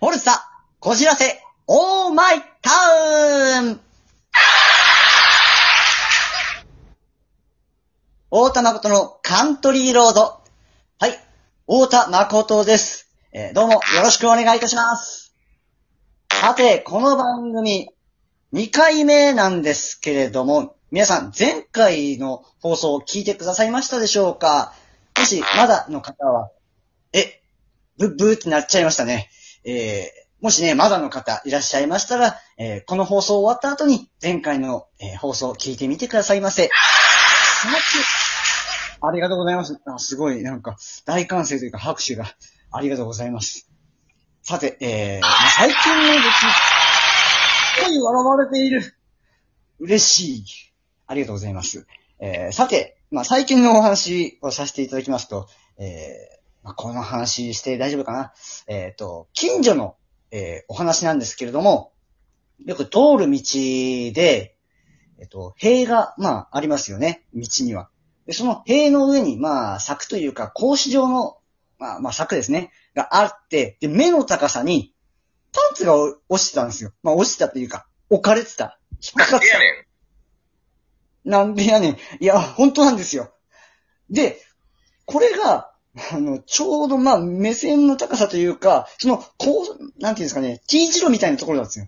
フォルサ、こじらせ、オーマイタウン大田誠のカントリーロード。はい、大田誠です。えーどうもよろしくお願いいたします。さて、この番組、2回目なんですけれども、皆さん前回の放送を聞いてくださいましたでしょうかもしまだの方は、え、ブッブーってなっちゃいましたね。えーもしね、まだの方いらっしゃいましたら、えーこの放送終わった後に前回の、えー放送を聞いてみてくださいませ。ありがとうございます。あすごい、なんか、大歓声というか拍手がありがとうございます。さて、えー、まあ最近の出来、すごい笑われている。嬉しい。ありがとうございます。えー、さて、まあ、最近のお話をさせていただきますと、えー、まあ、この話して大丈夫かなえっ、と、近所の、えーお話なんですけれども、よく通る道で、えっ、と、塀が、まあ、ありますよね。道には。で、その塀の上に、まあ、柵というか、格子状の、まあ、まあ、柵ですね。があって、で、目の高さに、パンツがお落ちてたんですよ。まあ、落ちてたというか、置かれてた。引っかかってたやねん。なんでやねん。いや、本当なんですよ。で、これが、あの、ちょうど、まあ、目線の高さというか、その、こう、なんていうんですかね、T 字路みたいなところなんですよ。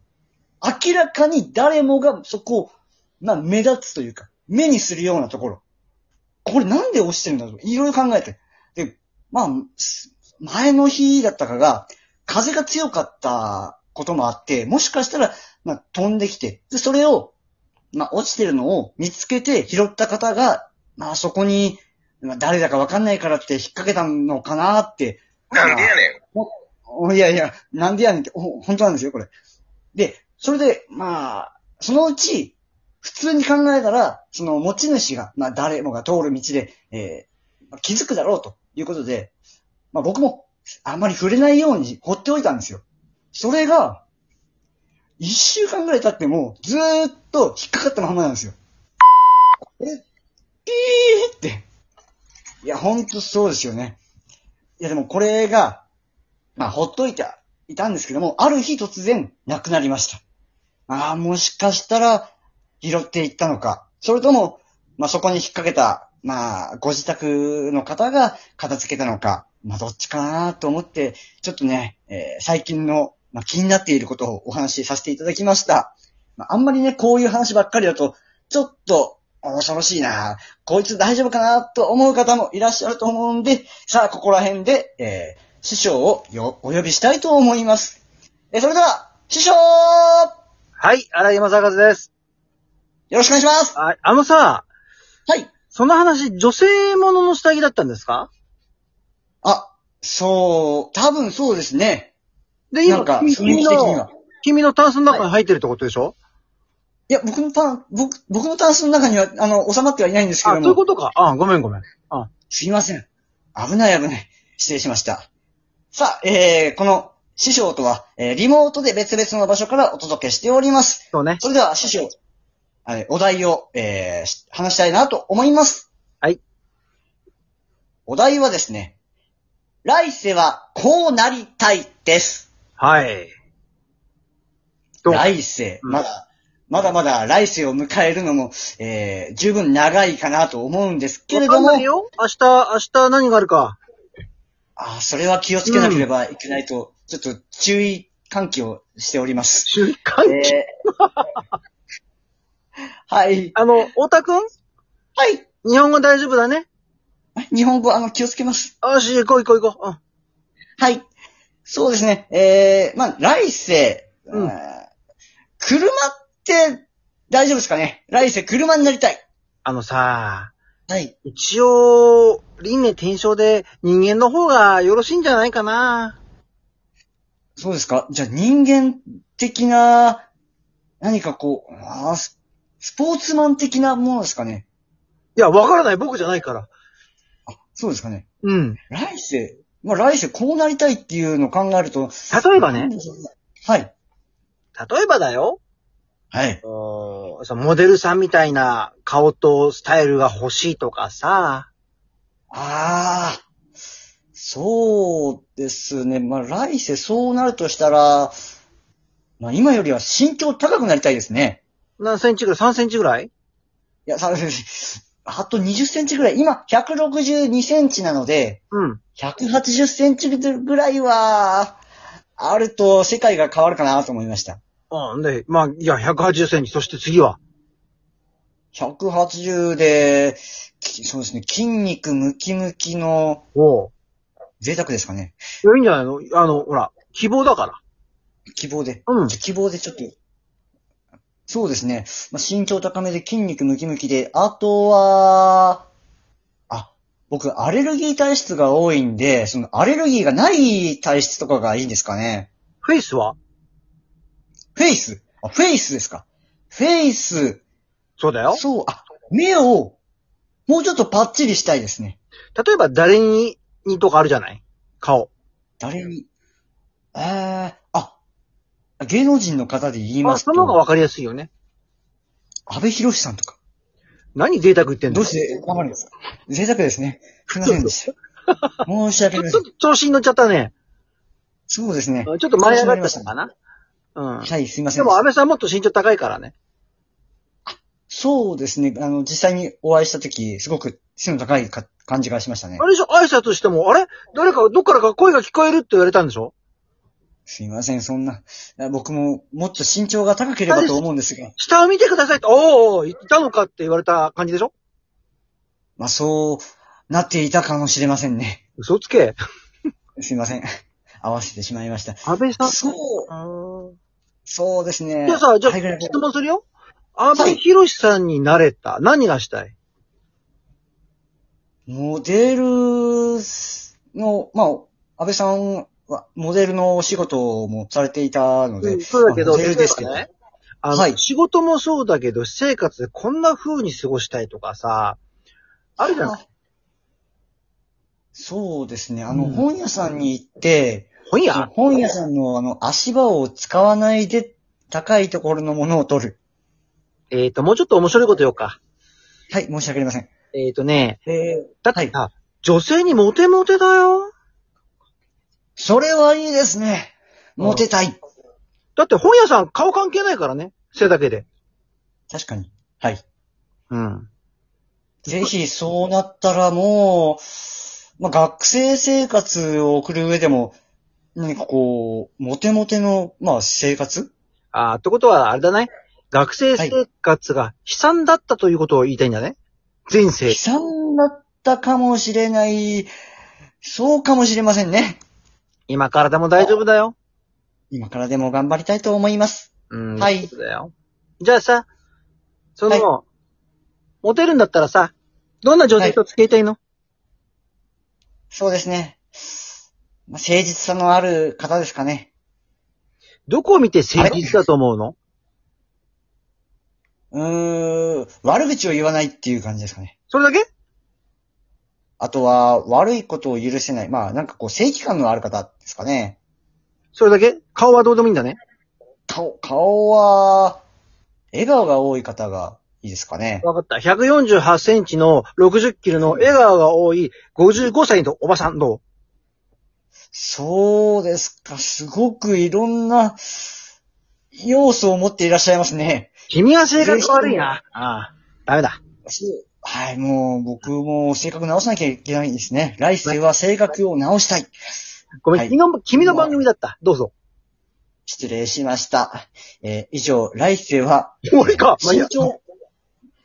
明らかに誰もがそこを、まあ、目立つというか、目にするようなところ。これなんで落ちてるんだろういろいろ考えて。で、まあ、す前の日だったかが、風が強かったこともあって、もしかしたら、まあ、飛んできて、で、それを、まあ、落ちてるのを見つけて拾った方が、まあ、そこに、まあ、誰だかわかんないからって引っ掛けたのかなって。なんでやねん。おいやいや、なんでやねんって、お本当なんですよ、これ。で、それで、まあ、そのうち、普通に考えたら、その持ち主が、まあ誰もが通る道で、えーまあ気づくだろうということで、まあ僕もあんまり触れないように放っておいたんですよ。それが、一週間ぐらい経っても、ずーっと引っかかったままなんですよ。え、ピーって。いや、ほんとそうですよね。いや、でもこれが、まあ、ほっといていたんですけども、ある日突然、なくなりました。ああ、もしかしたら、拾っていったのか。それとも、まあ、そこに引っ掛けた、まあ、ご自宅の方が片付けたのか。まあ、どっちかなと思って、ちょっとね、えー最近の、まあ、気になっていることをお話しさせていただきました。まあ、あんまりね、こういう話ばっかりだと、ちょっと、恐ろしいなこいつ大丈夫かなと思う方もいらっしゃると思うんで、さあ、ここら辺で、えー師匠をよお呼びしたいと思います。え、それでは、師匠よはい、荒井山坂です。ろしくお願いしますあ、あのさ、はい。その話、女性ものの下着だったんですかあ、そう、多分そうですね。で、な今ん、か、雰君囲君気的にはの、。君のタンスの中に入ってるってことでしょ、いや、僕のタン、僕、僕のタンスの中には、あの、収まってはいないんですけどあ、そういうも、ことか。あ、ごめんごめん。あ、すいません。危ない危ない。失礼しました。さあ、えー、この、師匠とは、えー、リモートで別々の場所からお届けしております。そうね。それでは、師匠、あれ、お題を、えーし話したいなと思います。はい。お題はですね、来世はこうなりたいです。はい。どう来世、うんまだ、まだまだ来世を迎えるのも、えー十分長いかなと思うんですけれどわもかんない、よ明日、明日何があるか。あーそれは気をつけなければいけないと、ちょっと注意喚起をしております。週間、えー はい。あの、太田くんはい。日本語大丈夫だね日本語、あの、気をつけます。よし、行こう行こう行こう。うん。はい。そうですね。えー、まあ、来世、うんあー車って大丈夫ですかね来世車になりたい。あのさ、はい。一応、輪廻転生で人間の方がよろしいんじゃないかな。そうですかじゃあ人間的な、何かこう、あーススポーツマン的なものですかねいや、わからない。僕じゃないから。あ、そうですかね。うん。来世、まあ、来世こうなりたいっていうのを考えると、例えばね、はい。例えばだよ、はい。おーそのモデルさんみたいな顔とスタイルが欲しいとかさ、あー、そうですね。まあ、来世そうなるとしたら、まあ、今よりは身長高くなりたいですね。何センチぐらい ?3 センチぐらいいや、さ、 あと20センチぐらい。今、162センチなので、うん。 180センチぐらいは、あると世界が変わるかなと思いました。うん。で、まあ、いや、180センチ。そして次は。 180で、きそうですね、筋肉ムキムキのおう。贅沢ですかね。いやいいんじゃないのあの、ほら、希望だから。希望で。うんじゃ希望でちょっと。そうですね。まあ、身長高めで筋肉ムキムキで、あとは、あ、僕、アレルギー体質が多いんで、そのアレルギーがない体質とかがいいんですかね。フェイスはフェイスあ、フェイスですか。フェイス、そうだよ。そう、あ、目を、もうちょっとパッチリしたいですね。例えば、誰に、にとかあるじゃない顔。誰に、えー、あ、芸能人の方で言いままあ、すその方がと、わかりやすいよね。安部博さんとか。何贅沢言ってんのどうして、わかるんですか贅沢ですね。すいませんでした。申し訳なちょいでっすと。調子に乗っちゃったね。そうですねち。ょっと前上がっちゃったかな。うん。はい、すいませでんでも、し安た。倍さんもっと身長高いからね。そうですね。あの、実際にお会いしたとき、すごく背の高いか感じがしましたねあ。れでしょ挨拶しても、あれ誰か、どっからか声が聞こえるって言われたんでしょすいません、そんな。僕ももっと身長が高ければと思うんですが。下を見てくださいって、おーおーいたのかって言われた感じでしょまあ、そうなっていたかもしれませんね。嘘つけ。すいません。合わせてしまいました。安倍さん。そう、うそうですね。ーんじゃあさ、じゃあはいぐらい質問するよ。安倍博さんになれた。何がしたいモデルの、まあ、安倍さんは、モデルのお仕事もされていたので、そうだけど、モデルですけど例えばね。あの、はい仕事もそうだけど、私生活でこんな風に過ごしたいとかさ、あるじゃないあそうですね。あの、うん本屋さんに行って、本屋本屋さんのあの、足場を使わないで、高いところのものを取る。えっ、と、もうちょっと面白いこと言おうか。はい、申し訳ありません。えっ、とね、えー、だってさ、女性にモテモテだよ。それはいいですね。モテたい。だって本屋さん顔関係ないからね。背だけで。確かに。はい。うん。ぜひそうなったらもう、まあ、学生生活を送る上でも、何かこう、モテモテの、まあ、生活ああ、ってことは、あれだね。学生生活が悲惨だったということを言いたいんだね。前世悲。惨だったかもしれない、そうかもしれませんね。今からでも大丈夫だよ。今からでも頑張りたいと思います。うん。はいそうだよ。じゃあさ、その、モテるんだったらさ、どんな女性と付き合いたいの、そうですね。まあ、誠実さのある方ですかね。どこを見て誠実だと思うのうーん、悪口を言わないっていう感じですかね。それだけあとは、悪いことを許せない。まあ、なんかこう、正義感のある方ですかね。それだけ顔はどうでもいいんだね。顔、顔は、笑顔が多い方がいいですかね。わかった。148センチの60キロの笑顔が多い55歳のおばさんどうそうですか。すごくいろんな要素を持っていらっしゃいますね。君は性格悪いな。ああ、ダメだ。そうはい、もう僕も性格直さなきゃいけないんですね。来世は性格を直したい。ごめん、はい君の君の番組だった。どうぞ。失礼しました。えー以上、来世は俺かまあいいや身長、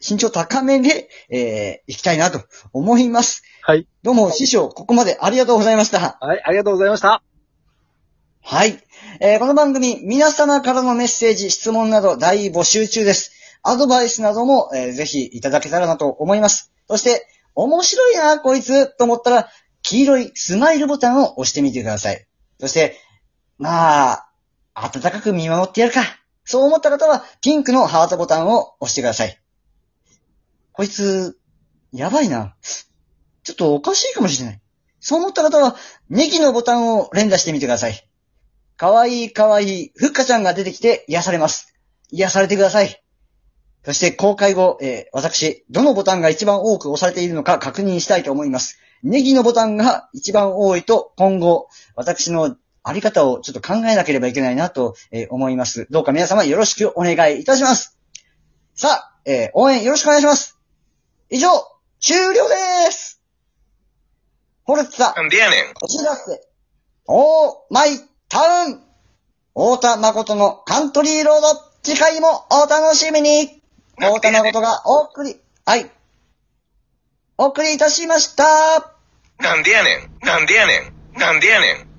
身長高めで、えー行きたいなと思います。はい。どうも、師匠、ここまでありがとうございました。はい、ありがとうございました。はい。えーこの番組、皆様からのメッセージ、質問など大募集中です。アドバイスなども、えーぜひいただけたらなと思います。そして、面白いな、こいつと思ったら、黄色いスマイルボタンを押してみてください。そして、まあ、暖かく見守ってやるか。そう思った方は、ピンクのハートボタンを押してください。こいつ、やばいな。ちょっとおかしいかもしれない。そう思った方は、ネギのボタンを連打してみてください。かわいいかわいい、ふっかちゃんが出てきて癒されます。癒されてください。そして公開後、えー私、どのボタンが一番多く押されているのか確認したいと思います。ネギのボタンが一番多いと、今後、私のあり方をちょっと考えなければいけないなと、えー思います。どうか皆様よろしくお願いいたします。さあ、えー応援よろしくお願いします。以上、終了でーすホルツァ、なんでやねん。お知らせ、オーマイタウン太田誠のカントリーロード、次回もお楽しみに太田誠がお送り、はい、お送りいたしましたなんでやねん。なんでやねん。なんでやねん。